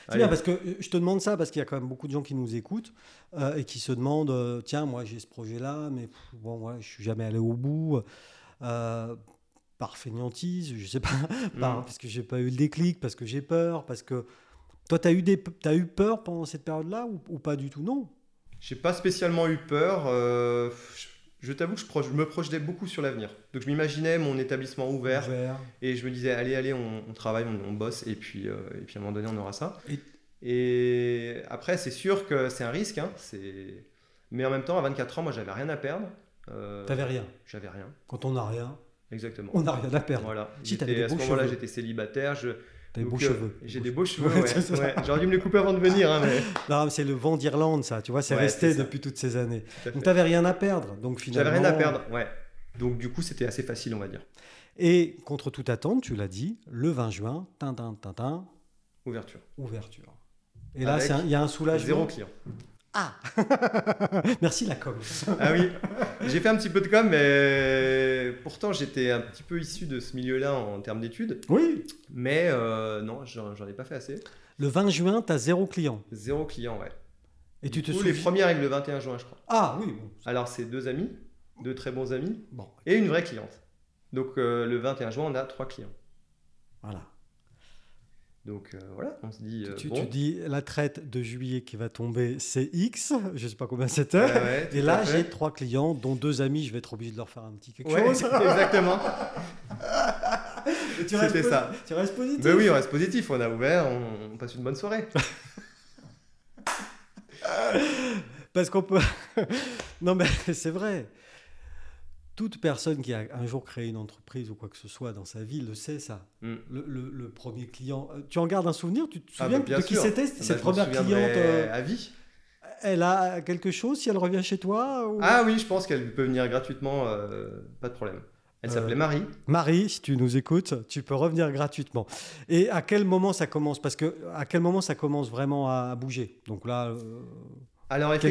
C'est allez, bien parce que euh, je te demande ça parce qu'il y a quand même beaucoup de gens qui nous écoutent euh, et qui se demandent euh, tiens moi j'ai ce projet là mais pff, bon ouais, je suis jamais allé au bout euh, par fainéantise je sais pas par- hmm. parce que j'ai pas eu le déclic parce que j'ai peur parce que toi t'as eu des t'as eu peur pendant cette période là ou, ou pas du tout non J'ai pas spécialement eu peur. euh, je je t'avoue que je, proj- je me projetais beaucoup sur l'avenir. Donc je m'imaginais mon établissement ouvert Ouvert. et je me disais allez allez on, on travaille, on, on bosse et puis euh, et puis à un moment donné on aura ça. Et- Et, après c'est sûr que c'est un risque. hein, c'est mais en même temps à 24 ans moi j'avais rien à perdre. Euh, t'avais rien J'avais rien. quand on n'a rien Exactement. on n'a rien à perdre Voilà. Si, J'étais- t'avais des à ce beaux moment-là cheveux. j'étais célibataire. Je... t'as des donc, beaux euh, cheveux J'ai Beaux des beaux cheveux. c'est ouais, ça. ouais. J'aurais dû me les couper avant de venir. hein, mais... Non, mais c'est le vent d'Irlande ça tu vois c'est Ouais, resté c'est ça. depuis toutes ces années Tout à donc fait. t'avais rien à perdre donc J'avais finalement rien à perdre. Ouais. Donc du coup c'était assez facile on va dire. Et contre toute attente, tu l'as dit, le 20 juin, tintin, tintin, Ouverture. ouverture. Et là, Avec c'est un- il y a un soulagement. Zéro client. Ah Merci la com. Ah oui, j'ai fait un petit peu de com, mais pourtant j'étais un petit peu issu de ce milieu-là en termes d'études. Oui Mais euh, non, j'en j'en ai pas fait assez. Le 20 juin, tu as zéro client. Zéro client, ouais. Et tu te Ou souviens. les premières règles le 21 juin, je crois. Ah oui, bon. Alors c'est deux amis, deux très bons amis, bon, et une vraie cliente. Donc euh, le 21 juin, on a trois clients. voilà. Donc euh, voilà, on se dit. euh, tu, tu- bon. tu dis la traite de juillet qui va tomber, c'est X, je sais pas combien c'était. Ouais, ouais, tout Et à là, fait. j'ai trois clients, dont deux amis, je vais être obligé de leur faire un petit quelque Ouais, chose. exactement. Et tu restes c'était posi- ça. Tu restes positif. Ben oui, on reste positif, on a ouvert, on, on passe une bonne soirée. Parce qu'on peut. non, mais c'est vrai. Toute personne qui a un jour créé une entreprise ou quoi que ce soit dans sa vie le sait, ça. Mm. Le, le- le premier client. euh, Tu en gardes un souvenir Tu te Ah, souviens ben, bien de qui sûr. c'était Ben, Cette je m'en première cliente, souviendrai euh, à vie. elle a quelque chose si elle revient chez toi ou- Ah oui, je pense qu'elle peut venir gratuitement, euh, pas de problème. Elle Euh, s'appelait Marie. Marie, si tu nous écoutes, tu peux revenir gratuitement. Et à quel moment ça commence Parce que à quel moment ça commence vraiment à bouger Donc là, euh, Alors quelques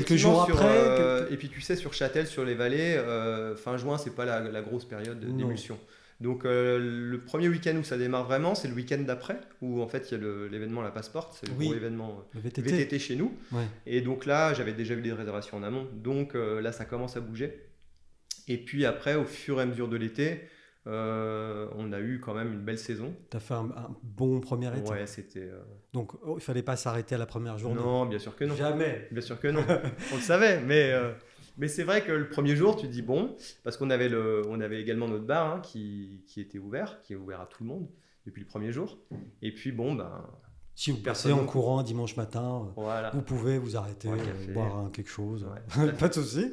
jours effectivement, sur, après, euh, et puis tu sais, sur Châtel, sur les vallées, euh, fin juin, c'est pas la, la grosse période Non. d'émulsion. Donc euh, le premier week-end où ça démarre vraiment, c'est le week-end d'après, où en fait il y a le- l'événement La Passeporte, c'est le Oui. gros événement le euh, VTT. VTT chez nous. Ouais. Et donc là, j'avais déjà eu des réservations en amont, donc euh, là ça commence à bouger. Et puis après, au fur et à mesure de l'été, euh, on a eu quand même une belle saison. T'as fait un, un bon premier été. Ouais, c'était. euh, Donc oh, il fallait pas s'arrêter à la première journée. Non, bien sûr que non. Jamais. Bien sûr que non. on le savait, mais, euh, mais c'est vrai que le premier jour, tu te dis bon, parce qu'on avait, le, on avait également notre bar hein, qui, qui était ouvert, qui est ouvert à tout le monde depuis le premier jour. Et puis bon, ben Si vous passez Personne en non plus. courant dimanche matin, euh, voilà. vous pouvez vous arrêter, Boire un euh, café. boire un quelque chose. Ouais. Pas de souci.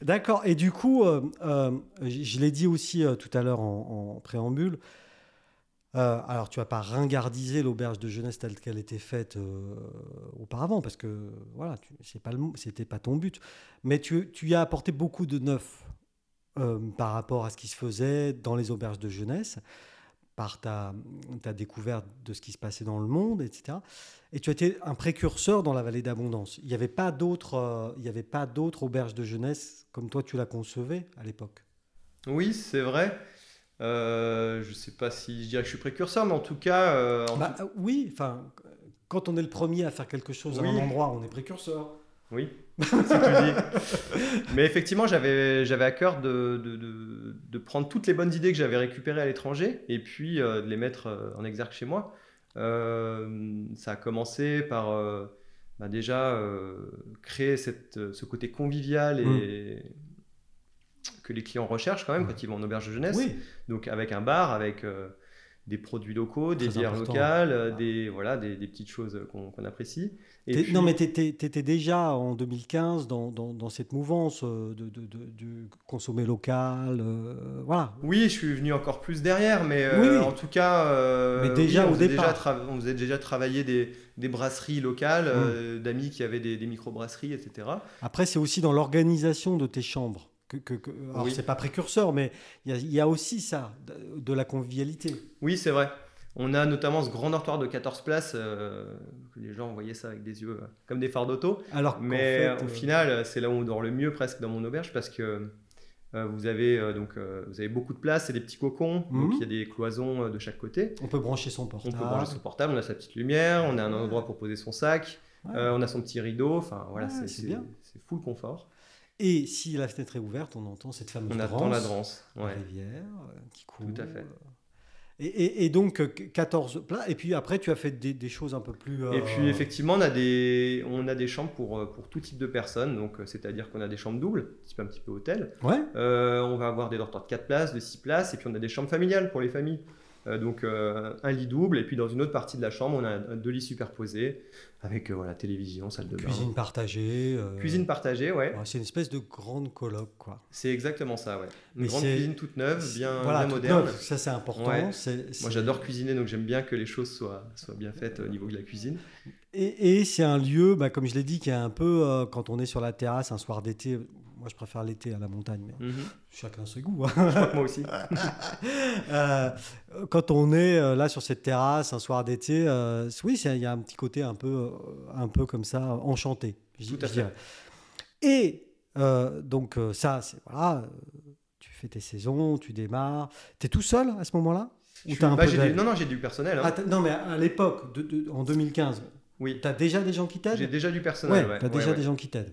D'accord. Et du coup, euh, euh, je je l'ai dit aussi euh, tout à l'heure en, en préambule. euh, alors, tu vas pas ringardisé l'auberge de jeunesse telle qu'elle était faite euh, auparavant, parce que voilà, tu- c'est pas le, mo- c'était pas ton but. Mais tu, tu y as apporté beaucoup de neuf. euh, par rapport à ce qui se faisait dans les auberges de jeunesse, par ta, ta découverte de ce qui se passait dans le monde, etc. Et tu étais un précurseur dans la vallée d'abondance. Il n'y avait pas d'autres euh, il y avait pas d'autres auberges de jeunesse comme toi tu la concevais à l'époque. Oui, c'est vrai. Euh, je ne sais pas si je dirais que je suis précurseur, mais en tout cas. euh, en Bah, tout- euh, oui, enfin, quand on est le premier à faire quelque chose à Oui. un endroit, on est précurseur. Oui, c'est tout dit. Mais effectivement, j'avais j'avais à cœur de, de- de- de prendre toutes les bonnes idées que j'avais récupérées à l'étranger et puis euh, de les mettre euh, en exergue chez moi. Euh, ça a commencé par euh, bah, déjà euh, créer cette- euh, ce côté convivial et que les clients recherchent quand même Mm. quand ils vont en auberge de jeunesse. Oui, Donc avec un bar, avec euh, des produits locaux, des Très bières important. locales, euh, Ah. des, voilà, des, des petites choses qu'on qu'on apprécie. Et T'es- puis- Non, mais tu étais déjà en 2015 dans, dans- dans cette mouvance euh, de, de- de- du consommer local. euh, voilà. Oui, je suis venu encore plus derrière, mais euh, Oui, oui. en tout cas, euh, Mais déjà, oui, on au faisait départ. Mmh. déjà tra- on faisait déjà travailler des, des brasseries locales, euh, d'amis qui avaient des, des micro-brasseries, etc. Après, c'est aussi dans l'organisation de tes chambres. Que, que- que- alors, Oui. c'est pas précurseur, mais il y, a- il y a aussi ça, de, de la convivialité. Oui, c'est vrai. On a notamment ce grand dortoir de 14 places, euh, que les gens voyaient ça avec des yeux euh, comme des phares d'auto. Alors qu'en Mais fait, au euh, final, c'est là où on dort le mieux presque dans mon auberge parce que euh, vous, avez, euh, donc, euh, vous avez beaucoup de place, c'est des petits cocons, donc Mhm. il y a des cloisons euh, de chaque côté. on peut brancher son On portable. peut brancher son portable, on a sa petite lumière, on a un endroit pour poser son sac, Ouais. euh, on a son petit rideau, enfin voilà, Ouais, c'est- c'est c'est bien. c'est full confort. Et si la fenêtre est ouverte, on entend cette fameuse On attend drance. la drance. Ouais. rivière euh, qui coule. à fait. Et, et- et donc euh, 14 plats. Et puis après, tu as fait des, des choses un peu plus. euh, Et puis effectivement, on a des, on a des chambres pour, euh, pour tout type de personnes, donc euh, c'est-à-dire qu'on a des chambres doubles, type un petit peu hôtel. Ouais. Euh, on va avoir des dortoirs de 4 places, de 6 places, et puis on a des chambres familiales pour les familles. Euh, donc euh, un lit double, et puis dans une autre partie de la chambre, on a un- deux lits superposés, avec euh, voilà, télévision, salle de Cuisine partagée. euh, bain. Cuisine partagée, ouais. ouais, c'est une espèce de grande colloque, quoi. C'est exactement ça, ouais. Une Mais grande c'est- cuisine toute neuve, bien, Voilà, bien toute moderne. neuve, Ça, c'est important. Ouais. c'est- c'est- Moi j'adore cuisiner donc j'aime bien que les choses soient, soient bien faites au niveau de la cuisine. Et, et c'est un lieu, bah, comme je l'ai dit, qui est un peu, euh, quand on est sur la terrasse un soir d'été, moi je préfère l'été à la montagne, mais chacun ses goûts. hein. Je crois que moi aussi. Euh, quand on est euh, là sur cette terrasse un soir d'été, euh, oui, c'est- il y a un petit côté un peu, euh, un peu comme ça, enchanté. je- Tout à je fait. dirais. Et euh, donc euh, ça, c'est voilà, euh, tu fais tes saisons, tu démarres. T'es tout seul à ce moment-là Je Ou suis- t'as un bah, peu j'ai d'aide du- Non non j'ai du personnel. hein. Ah, t'as- Non, mais à l'époque, de- de- en 2015, Oui. t'as déjà des gens qui J'ai t'aident déjà du Ouais, personnel. ouais. t'as Ouais, déjà ouais. des gens qui t'aident.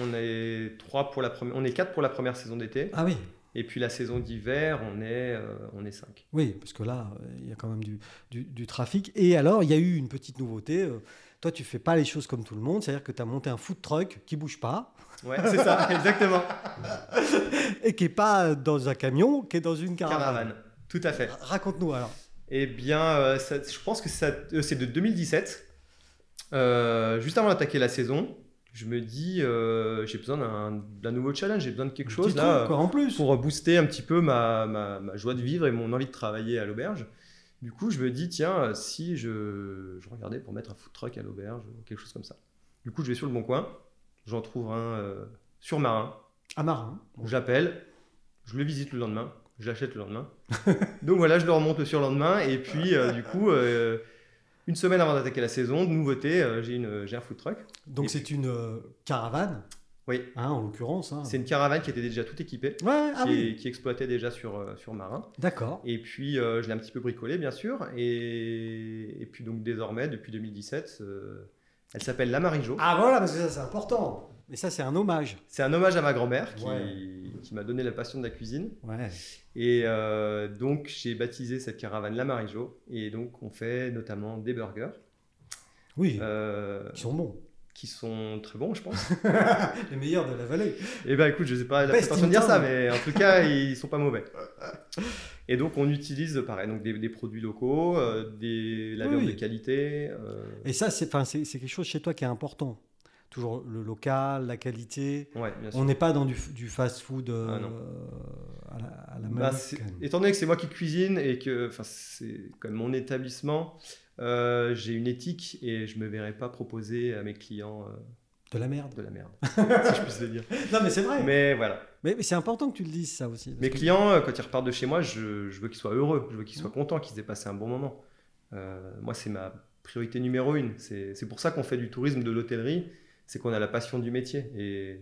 On est trois pour la première, on est quatre pour la première saison d'été Ah oui, et puis la saison d'hiver on est euh, on est cinq. oui, parce que là, euh, il y a quand même du, du- du trafic. Et alors, il y a eu une petite nouveauté. euh, Toi, tu fais pas les choses comme tout le monde, c'est-à-dire que tu as monté un food truck qui bouge pas Ouais c'est ça exactement. et qui est pas dans un camion, qui est dans une caravane. Caravane. Tout à fait. R- Raconte-nous alors. Eh bien euh, ça- je pense que ça euh, c'est de 2017. Euh, juste avant d'attaquer la saison, je me dis euh, j'ai besoin d'un d'un nouveau challenge, j'ai besoin de quelque chose Petit là. euh, truc, quoi, en plus. pour booster un petit peu ma, ma- ma joie de vivre et mon envie de travailler à l'auberge. Du coup, je me dis, tiens, si je, je regardais pour mettre un food truck à l'auberge, ou quelque chose comme ça. Du coup, je vais sur le Bon Coin, j'en trouve un euh, sur Marin, À Marin. j'appelle, je le visite le lendemain, je l'achète le lendemain. Donc voilà, je le remonte le surlendemain, et puis euh, du coup, euh, une semaine avant d'attaquer la saison, de nouveauté, euh, j'ai une- j'ai un food truck. Donc, Et- c'est une euh, caravane, Oui, hein, en l'occurrence. hein. c'est une caravane qui était déjà toute équipée, Ouais, ah qui, oui, qui exploitait déjà sur, euh, sur Marin. d'accord. Et puis, euh, je l'ai un petit peu bricolé, bien sûr. Et, et puis, donc, désormais, depuis 2017, euh, elle s'appelle La Marijo. Ah voilà, parce que ça, c'est important. Mais ça, c'est un hommage. C'est un hommage à ma grand-mère qui, Ouais. qui m'a donné la passion de la cuisine. Ouais. Et euh, donc, j'ai baptisé cette caravane La Marijo. Et donc, on fait notamment des burgers Oui, euh, ils sont bons. qui sont très bons, je pense. Les meilleurs de la vallée. et ben, écoute, je sais pas la Best prétention in de dire ça, town. mais en tout cas, ils sont pas mauvais. Et donc, on utilise, pareil, donc des, des produits locaux, euh, des, la Oui, viande oui. de qualité. euh, Et ça, c'est 'fin, c'est- c'est quelque chose chez toi qui est important. Toujours le local, la qualité. ouais, bien sûr. On n'est pas dans du, fast food Ah non. à la, à la Bah, Marocaine. c'est- étant donné que c'est moi qui cuisine et que enfin, c'est quand même mon établissement, euh, j'ai une éthique et je me verrais pas proposer à mes clients euh, De la merde. de la merde, si je puisse le dire. Non, mais c'est vrai. Mais, Mais voilà. mais c'est important que tu le dises, ça aussi. parce Mes que- Mmh. clients, euh, quand ils repartent de chez moi, je, je veux qu'ils soient heureux, je veux qu'ils soient contents, qu'ils aient passé un bon moment. Euh, moi, c'est ma priorité numéro une. C'est c'est pour ça qu'on fait du tourisme, de l'hôtellerie, c'est qu'on a la passion du métier et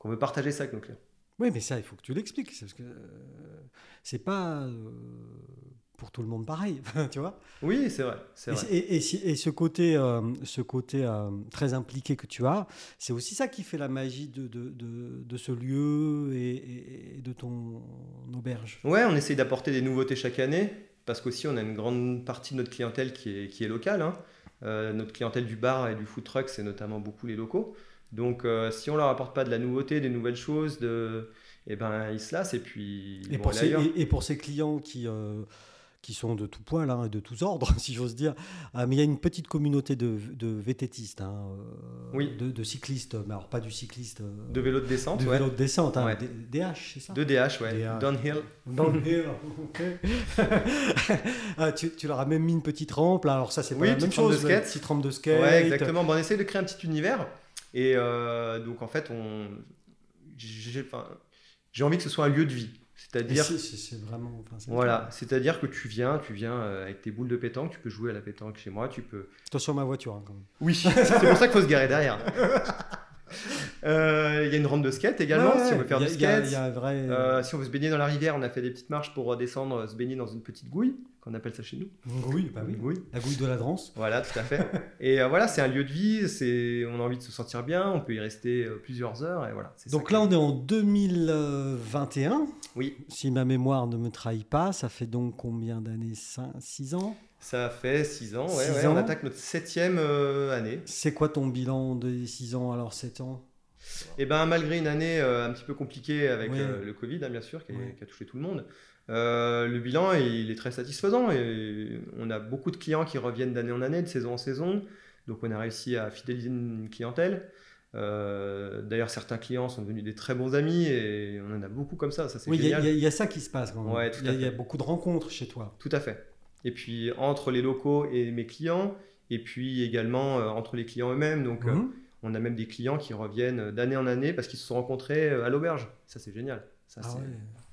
qu'on veut partager ça avec nos clients. Oui, mais ça, il faut que tu l'expliques. c'est Parce que euh, c'est pas euh, pour tout le monde pareil, tu vois. Oui, c'est vrai. c'est Et, vrai. et- et si- et ce côté, euh, ce côté euh, très impliqué que tu as, c'est aussi ça qui fait la magie de, de, de- de ce lieu et, et- et de ton auberge. Ouais, on essaye d'apporter des nouveautés chaque année, parce qu'aussi on a une grande partie de notre clientèle qui est, qui est locale. hein. Euh, notre clientèle du bar et du food truck, c'est notamment beaucoup les locaux. Donc euh, si on leur apporte pas de la nouveauté, des nouvelles choses, de... eh ben ils se lassent et puis ils Et vont pour, aller ces, ailleurs. et, et pour ces clients qui, euh, qui sont de tout poil hein, et de tous ordres, si j'ose dire, Ah, mais il y a une petite communauté de, de vététistes, hein, euh, Oui. de, de cyclistes, mais alors pas du cycliste, euh, De vélo de descente, du ouais. vélo de descente, hein, Ouais. D- DH, c'est ça De DH, ouais. DH. Downhill. Downhill, ok. Ah, tu, tu leur as même mis une petite rampe, là. alors ça c'est pas Oui, la même petite rampe chose. de mais skate. Petite rampe de skate. Ouais, exactement. Bon, on essaie de créer un petit univers. Et euh, donc, en fait, on... j'ai enfin, j'ai envie que ce soit un lieu de vie. Mais C'est-à-dire si, si, c'est vraiment. enfin, c'est- Voilà, euh, c'est-à-dire que tu viens, tu viens euh, avec tes boules de pétanque, tu peux jouer à la pétanque chez moi, tu peux. Attention à ma voiture, hein, quand même. Oui, c'est pour ça qu'il faut se garer derrière. Euh, Il y a une rampe de skate également, Ouais, si on veut faire il y du a- il y a- skate. Il y a un vrai. Euh, si on veut se baigner dans la rivière, on a fait des petites marches pour redescendre, euh, se baigner dans une petite gouille, qu'on appelle ça chez nous. Oui, bah oui. Une gouille. La gouille de la danse. Voilà, tout à fait. et euh, voilà, c'est un lieu de vie, c'est... on a envie de se sentir bien, on peut y rester euh, plusieurs heures, et voilà. c'est ça Donc que- là, on est en 2021. Oui. Si ma mémoire ne me trahit pas, ça fait donc combien d'années 6 ans Ça fait 6 ans, ouais, Six ouais, ans. on attaque notre septième euh, année. C'est quoi ton bilan des 6 ans, alors 7 ans Et ben malgré une année euh, un petit peu compliquée avec Ouais. euh, le Covid, hein, bien sûr, qui a, Ouais. qui a touché tout le monde, euh, le bilan il est très satisfaisant. Et on a beaucoup de clients qui reviennent d'année en année, de saison en saison. Donc on a réussi à fidéliser une clientèle. Euh, D'ailleurs, certains clients sont devenus des très bons amis et on en a beaucoup comme ça. Ça c'est Oui, il y, a- génial. il y a- il y a ça qui se passe quand même. Ouais, tout il, y a, à il y a fait. beaucoup de rencontres chez toi. Tout à fait. Et puis entre les locaux et mes clients, et puis également euh, entre les clients eux-mêmes. Donc euh, Mhm. on a même des clients qui reviennent euh, d'année en année parce qu'ils se sont rencontrés euh, à l'auberge. Ça, c'est génial. Ça, Ah c'est ouais. c'est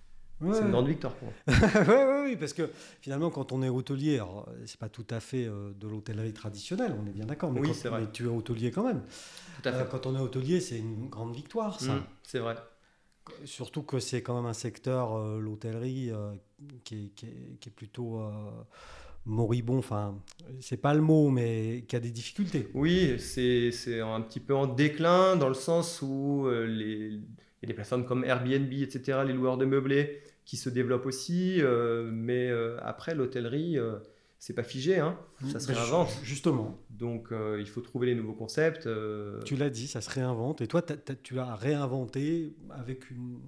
Ouais. une grande victoire pour eux. Oui, oui, oui, parce que finalement, quand on est hôtelier, alors, c'est pas tout à fait euh, de l'hôtellerie traditionnelle, on est bien d'accord, mais, Oui, quand- c'est vrai. mais tu es hôtelier quand même. Tout à Euh, fait. quand on est hôtelier, c'est une grande victoire, ça. Mm, c'est vrai. Surtout que c'est quand même un secteur, euh, l'hôtellerie, euh, qui, est- qui est- qui est plutôt euh, moribond, enfin, c'est pas le mot, mais qui a des difficultés. Oui, c'est c'est un petit peu en déclin dans le sens où euh, les, il y a des plateformes comme Airbnb, etc., les loueurs de meublés qui se développent aussi. euh, mais euh, après, l'hôtellerie, euh, c'est pas figé. hein. Ça se Mais ju- réinvente. Justement, Donc, euh, il faut trouver les nouveaux concepts. euh, tu l'as dit, ça se réinvente, et toi, t'as- t'as- tu l'as réinventé avec une,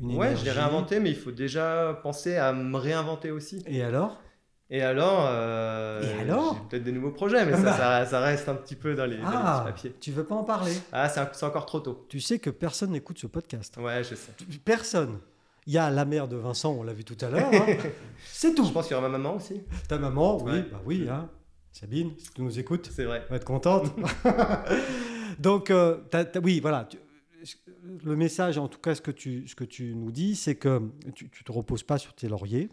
une Ouais, je énergie. l'ai réinventé, mais il faut déjà penser à me réinventer aussi. Et alors Et alors, euh, Et alors j'ai peut-être des nouveaux projets, mais ça, Bah. ça, ça reste un petit peu dans les, dans les Ah, petits papiers. tu veux pas en parler Ah, c'est un- c'est encore trop tôt. Tu sais que personne n'écoute ce podcast. Ouais, je sais. Personne. Il y a la mère de Vincent, on l'a vu tout à l'heure. hein. C'est Je tout. pense qu'il y aura ma maman aussi. Ta maman, oui, Ouais. bah oui, hein. Sabine, si tu nous écoutes, C'est vrai. elle va être contente. Donc, euh, t'as- t'as- oui, voilà. tu- le message, en tout cas, ce que tu, ce que tu nous dis, c'est que tu, tu te reposes pas sur tes lauriers,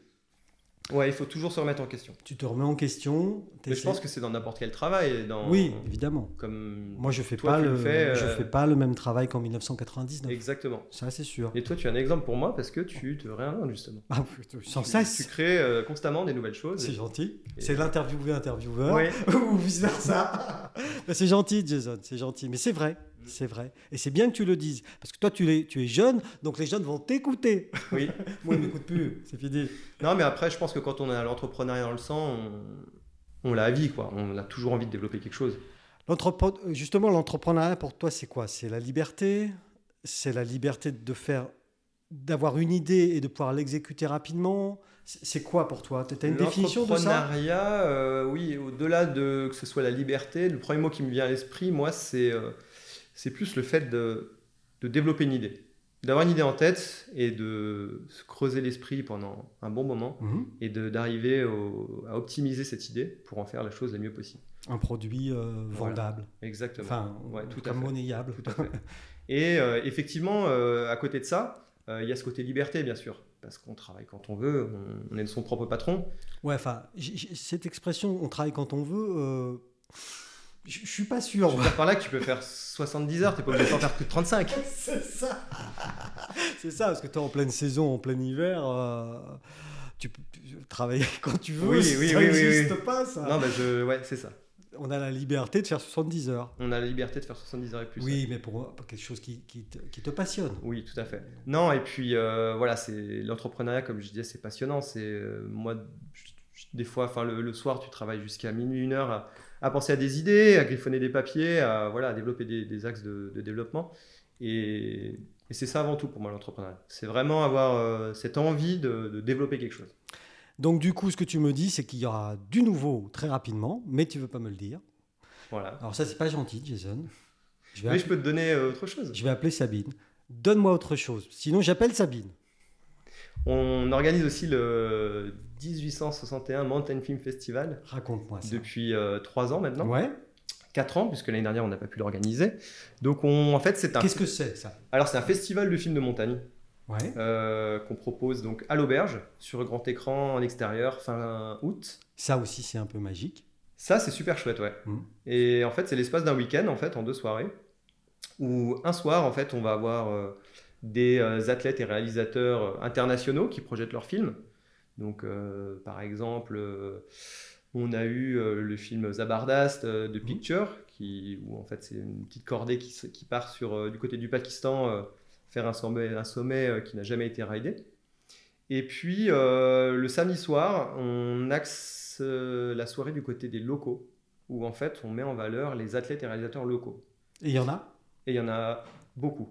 Ouais, il faut toujours se remettre en question. tu te remets en question. Mais je t'essaies- pense que c'est dans n'importe quel travail. Dans, Oui, évidemment. Comme... Moi, je fais Toi, pas tu le, le fais, je euh, fais pas le même travail qu'en 1999. Exactement. Ça, c'est sûr. Et toi, tu es un exemple pour moi parce que tu te réinventes justement. Ah, putain, sans Tu- cesse. Tu crées euh, constamment des nouvelles choses. C'est gentil. Et- C'est l'interviewé intervieweur. Oui, Ou vice versa. Mais c'est gentil, Jason. C'est gentil. Mais c'est vrai. Mm. C'est vrai. Et c'est bien que tu le dises. Parce que toi, tu es, tu es jeune, donc les jeunes vont t'écouter. oui. Moi, ils ne m'écoutent plus. C'est fini. Non, mais après, je pense que quand on a l'entrepreneuriat dans le sang, on, on l'a à vie, quoi. On a toujours envie de développer quelque chose. L'entrepre- euh, Justement, l'entrepreneuriat pour toi, c'est quoi C'est la liberté C'est la liberté de faire d'avoir une idée et de pouvoir l'exécuter rapidement C'est c'est quoi pour toi Tu as une définition de ça L'entrepreneuriat, euh, oui, au-delà de que ce soit la liberté, le premier mot qui me vient à l'esprit, moi, c'est euh, c'est plus le fait de, de développer une idée. D'avoir une idée en tête et de se creuser l'esprit pendant un bon moment Mhm. et de- d'arriver au- à optimiser cette idée pour en faire la chose la mieux possible. Un produit euh, Voilà. vendable, Exactement. enfin, Ouais, tout à comme fait. monnayable. Tout à fait. Et euh, effectivement, euh, à côté de ça, euh, il y a ce côté liberté, bien sûr, parce qu'on travaille quand on veut, on, on est de son propre patron. Ouais, enfin, j- j- cette expression on travaille quand on veut, euh, je je suis pas sûr. Je veux dire par là que tu peux faire 70 heures, t'es pas obligé d'en faire plus de 35. C'est ça. C'est ça, parce que toi, en pleine saison, en plein hiver, euh, tu peux tu- travailler quand tu veux. Oui, ça oui, oui, oui, oui. n'existe pas, ça. Non, bah je, ouais, c'est ça. On a la liberté de faire 70 heures. On a la liberté de faire 70 heures et plus. oui, mais pour, pour quelque chose qui, qui te, qui te passionne. Oui, tout à fait. Non, et puis euh, voilà, c'est l'entrepreneuriat, comme je disais, c'est passionnant. C'est euh, moi, je- je- des fois, enfin le, le soir, tu travailles jusqu'à minuit, une heure à, à penser à des idées, à griffonner des papiers, à voilà, à développer des, des axes de, de développement. Et, et c'est ça avant tout pour moi l'entrepreneuriat. C'est vraiment avoir euh, cette envie de, de développer quelque chose. Donc, du coup, ce que tu me dis, c'est qu'il y aura du nouveau très rapidement, mais tu veux pas me le dire. Voilà. Alors, ça, c'est pas gentil, Jason. Je vais, Mais je appeler, peux te donner euh, autre chose. je vais appeler Sabine. Donne-moi autre chose. Sinon, j'appelle Sabine. On organise aussi le 1861 Mountain Film Festival Raconte-moi ça. depuis euh, trois ans maintenant. Ah, Ouais. 4 ans, puisque l'année dernière, on n'a pas pu l'organiser. Donc, on, en fait, c'est un, Qu'est-ce que c'est, ça alors, c'est un festival de films de montagne Ouais. euh, qu'on propose donc à l'auberge, sur grand écran, en extérieur, fin août. Ça aussi, c'est un peu magique. Ça, c'est super chouette, ouais. Mhm. Et en fait, c'est l'espace d'un week-end, en fait, en deux soirées, où un soir, en fait, on va avoir euh, des euh, athlètes et réalisateurs euh, internationaux qui projettent leurs films. Donc, euh, par exemple, euh, on a eu euh, le film Zabardast euh, de Picture, qui, où en fait, c'est une petite cordée qui, se- qui part sur, euh, du côté du Pakistan euh, faire un sommet, un sommet euh, qui n'a jamais été raidé. Et puis euh, le samedi soir, on axe euh, la soirée du côté des locaux, où en fait on met en valeur les athlètes et réalisateurs locaux. Et il y en a Et il y en a beaucoup.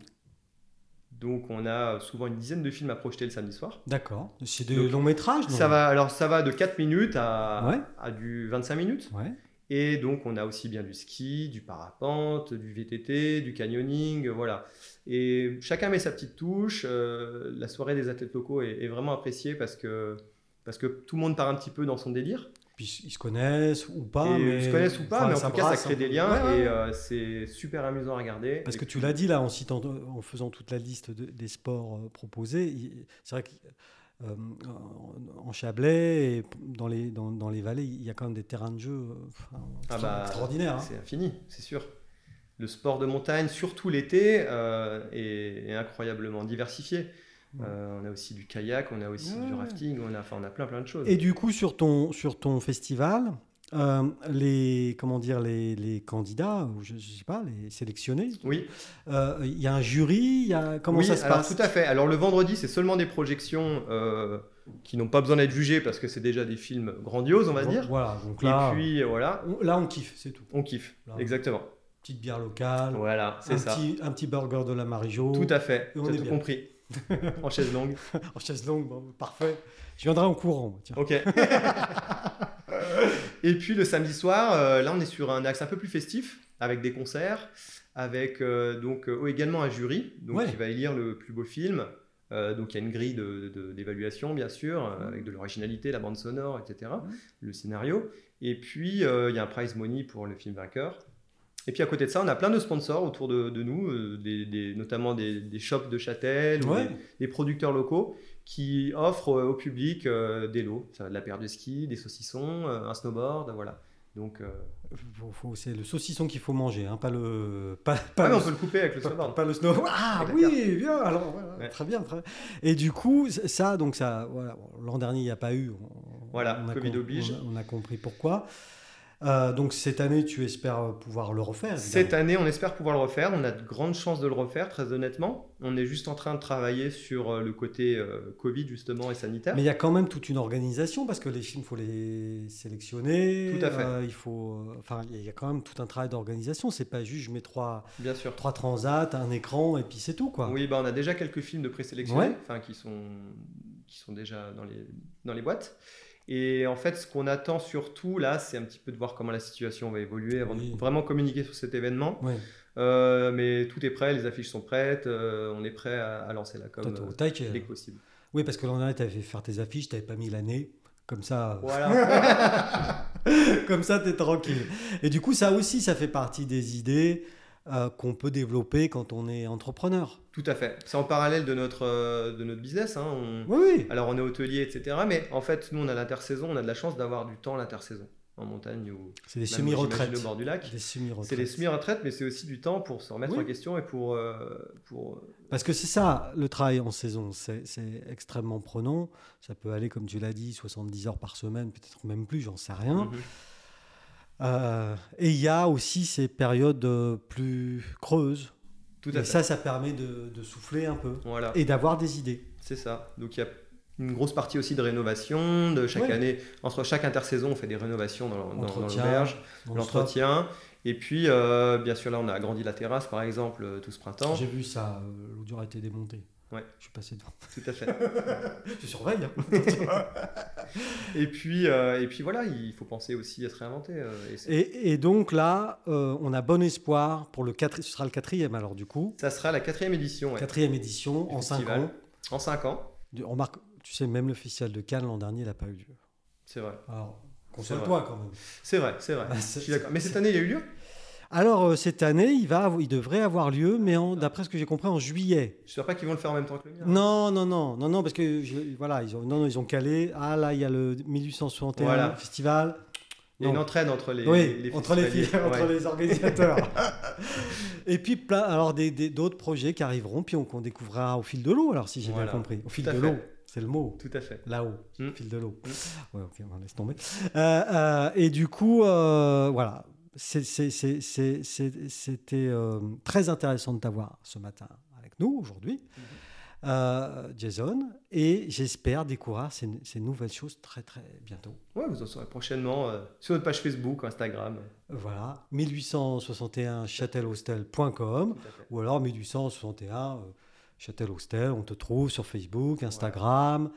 Donc on a souvent une dizaine de films à projeter le samedi soir. D'accord. C'est des Donc, longs métrages non Ça va, alors ça va de 4 minutes à, Ouais. à du 25 minutes. Ouais. Et donc, on a aussi bien du ski, du parapente, du VTT, du canyoning, euh, voilà. Et chacun met sa petite touche. euh, la soirée des athlètes locaux est, est vraiment appréciée parce que, parce que tout le monde part un petit peu dans son délire. Puis ils se connaissent ou pas. et Ah, mais... ils se connaissent ou pas, Enfin, mais en tout cas, ça brasse, crée hein. des liens Ouais, ouais, et ouais. euh, c'est super amusant à regarder. Parce que Et tu puis- l'as dit là, en, citant, en faisant toute la liste de- des sports euh, proposés, il- c'est vrai que. euh, en- en Chablais et dans les, dans, dans les vallées, il y a quand même des terrains de jeu euh, enfin, Ah extra- bah, extraordinaires. hein. C'est infini, c'est sûr. Le sport de montagne, surtout l'été, euh, est, est incroyablement diversifié. Ouais. Euh, on a aussi du kayak, on a aussi Ouais, du ouais. rafting, on a, enfin, on a plein plein de choses. Et du coup, sur ton, sur ton festival, euh, les, comment dire, les, les candidats, ou je ne sais pas, les sélectionnés, Oui. euh, il y a un jury, il y a, comment oui, ça se alors, passe Tout à fait. Alors le vendredi, c'est seulement des projections euh, qui n'ont pas besoin d'être jugées parce que c'est déjà des films grandioses, on va dire. Voilà, donc là, Et puis euh, voilà, on, là, on kiffe, c'est tout. on kiffe. Là. Exactement. Petite bière locale, Voilà, un, c'est ça. Petit, un petit burger de la Marijo, Tout à fait. Et on T'as est tout bien. compris. en chaise longue. en Oh, chaise longue, bon, parfait. Je viendrai en courant. moi, tiens. Ok. Et puis le samedi soir, euh, là on est sur un axe un peu plus festif, avec des concerts, avec euh, donc euh, également un jury donc, Ouais. qui va élire le plus beau film. Euh, donc il y a une grille de- de- d'évaluation bien sûr, Mmh. euh, avec de l'originalité, la bande sonore, etc. Mhm. Le scénario. Et puis euh, il y a un prize money pour le film vainqueur. Et puis à côté de ça, on a plein de sponsors autour de, de nous, euh, des- des- notamment des, des shops de Châtel, ou Ouais. des- des producteurs locaux qui offre euh, au public euh, des lots, ça va de la paire de ski, des saucissons, euh, un snowboard, voilà. Donc, euh, Faut- faut- c'est le saucisson qu'il faut manger, hein, pas le, pas, pas ah le, ouais, on peut le couper avec le pas, snowboard. pas le snow. Ah Avec la oui, bien. Alors voilà, Ouais. très bien, très bien. Et du coup, ça, donc ça, voilà, bon, l'an dernier il n'y a pas eu. on- Voilà, on a Covid com- oblige. On a, on a compris pourquoi. Euh, donc cette année, tu espères euh, pouvoir le refaire. Cette évidemment. année, on espère pouvoir le refaire. On a de grandes chances de le refaire, très honnêtement. On est juste en train de travailler sur euh, le côté euh, Covid, justement, et sanitaire. Mais il y a quand même toute une organisation parce que les films, faut les sélectionner. Tout à fait. euh, il faut, euh, enfin, il y a quand même tout un travail d'organisation. C'est pas juste je mets trois, Bien sûr. trois transats, un écran et puis c'est tout quoi. Oui, bah, on a déjà quelques films de présélection Ouais. enfin, qui, sont, qui sont déjà dans les, dans les boîtes. Et en fait, ce qu'on attend surtout, là, c'est un petit peu de voir comment la situation va évoluer avant Oui. de vraiment communiquer sur cet événement. Ouais. Euh, mais tout est prêt, les affiches sont prêtes, euh, on est prêt à, à lancer la com Toi, t'es euh, au taquet, dès là. que possible. euh, Ah. Oui, parce que l'an dernier, tu avais fait faire tes affiches, tu n'avais pas mis l'année. Comme ça, Voilà. Comme ça, t'es tranquille. Et du coup, ça aussi, ça fait partie des idées euh, qu'on peut développer quand on est entrepreneur. Tout à fait. C'est en parallèle de notre, euh, de notre business. hein. On- Oui, oui. Alors, on est hôtelier, etc. Mais en fait, nous, on a l'intersaison. On a de la chance d'avoir du temps l'intersaison en montagne ou C'est des même, semi-retraites. j'imagine, au bord du lac. Des C'est les semi-retraites. semi-retraites, mais c'est aussi du temps pour se remettre Oui. en question et pour, euh, pour Parce que c'est ça, le travail en saison, c'est c'est extrêmement prenant. Ça peut aller, comme tu l'as dit, 70 heures par semaine, peut-être même plus, j'en sais rien. Mhm. Euh, et il y a aussi ces périodes euh, plus creuses. Tout à et fait. ça, ça permet de, de souffler un peu Voilà, et d'avoir des idées. c'est ça. Donc il y a une grosse partie aussi de rénovation. De chaque Ouais. année, entre chaque intersaison, on fait des rénovations dans, dans- dans Entretien, l'auberge, Bon, l'entretien. Et puis, euh, bien sûr, là, on a agrandi la terrasse, par exemple, euh, tout ce stop. printemps. J'ai vu ça, euh, l'odeur a été démontée. Ouais. Je suis passé devant. Tout à fait. Je surveille. hein. et puis, euh, et puis voilà, il faut penser aussi à se réinventer. euh, et c'est- Et, et donc là, euh, on a bon espoir pour le quatrième. Ce sera le quatrième alors du coup. ça sera la quatrième édition, ouais. Quatrième édition Du en cinq festival. ans. en cinq ans. De- Remarque, tu sais, même le festival de Cannes l'an dernier, il n'a pas eu lieu. C'est vrai. Alors, console-toi quand même. C'est vrai, c'est vrai. Ah, Je c'est- suis d'accord. Mais cette année, il y a eu lieu Alors, euh, cette année, il, va, av- il devrait avoir lieu, mais en- d'après ce que j'ai compris, en juillet. Je ne sais pas qu'ils vont le faire en même temps que le mien. Non, non, non, non, non, parce que je- voilà, ils ont, non, non, ils ont calé. Ah là, il y a le 1861 Voilà. festival. Il y a une Non. entraîne entre les, oui, entre les filles, festivaliers. entre Ouais. les organisateurs. Et puis plein, alors des, des- d'autres projets qui arriveront, puis on, qu'on découvrira au fil de l'eau. Alors si j'ai Voilà. bien compris, au fil à de fait. l'eau, c'est le mot. Tout à fait. Là-haut, Mm. fil de l'eau. Mm. Ouais, ok, on laisse tomber. Euh, euh, et du coup, euh, voilà, C'est- c'est- c'est- c'est- c'est- c'était euh, très intéressant de t'avoir ce matin avec nous aujourd'hui, Hmm. Euh, Jason. Et j'espère découvrir ces, ces nouvelles choses très très bientôt. Ouais, vous en saurez prochainement euh, sur notre page Facebook, Instagram. Voilà, 1861 châtelhostel.com ou alors 1861 euh, châtelhostel. On te trouve sur Facebook, Instagram.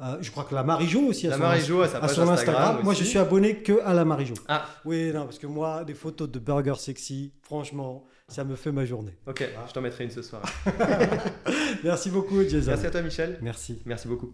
Euh, je crois que la Marie-Jo aussi a La son Marie-Jo a sa à page son Instagram. Moi, je aussi. suis abonné que à la Marie-Jo. Ah. Oui, non, parce que moi, des photos de burgers sexy, franchement, ça me fait ma journée. Ok, je t'en mettrai une ce soir. Merci beaucoup, Jason. Merci à toi, Michel. Merci. Merci beaucoup.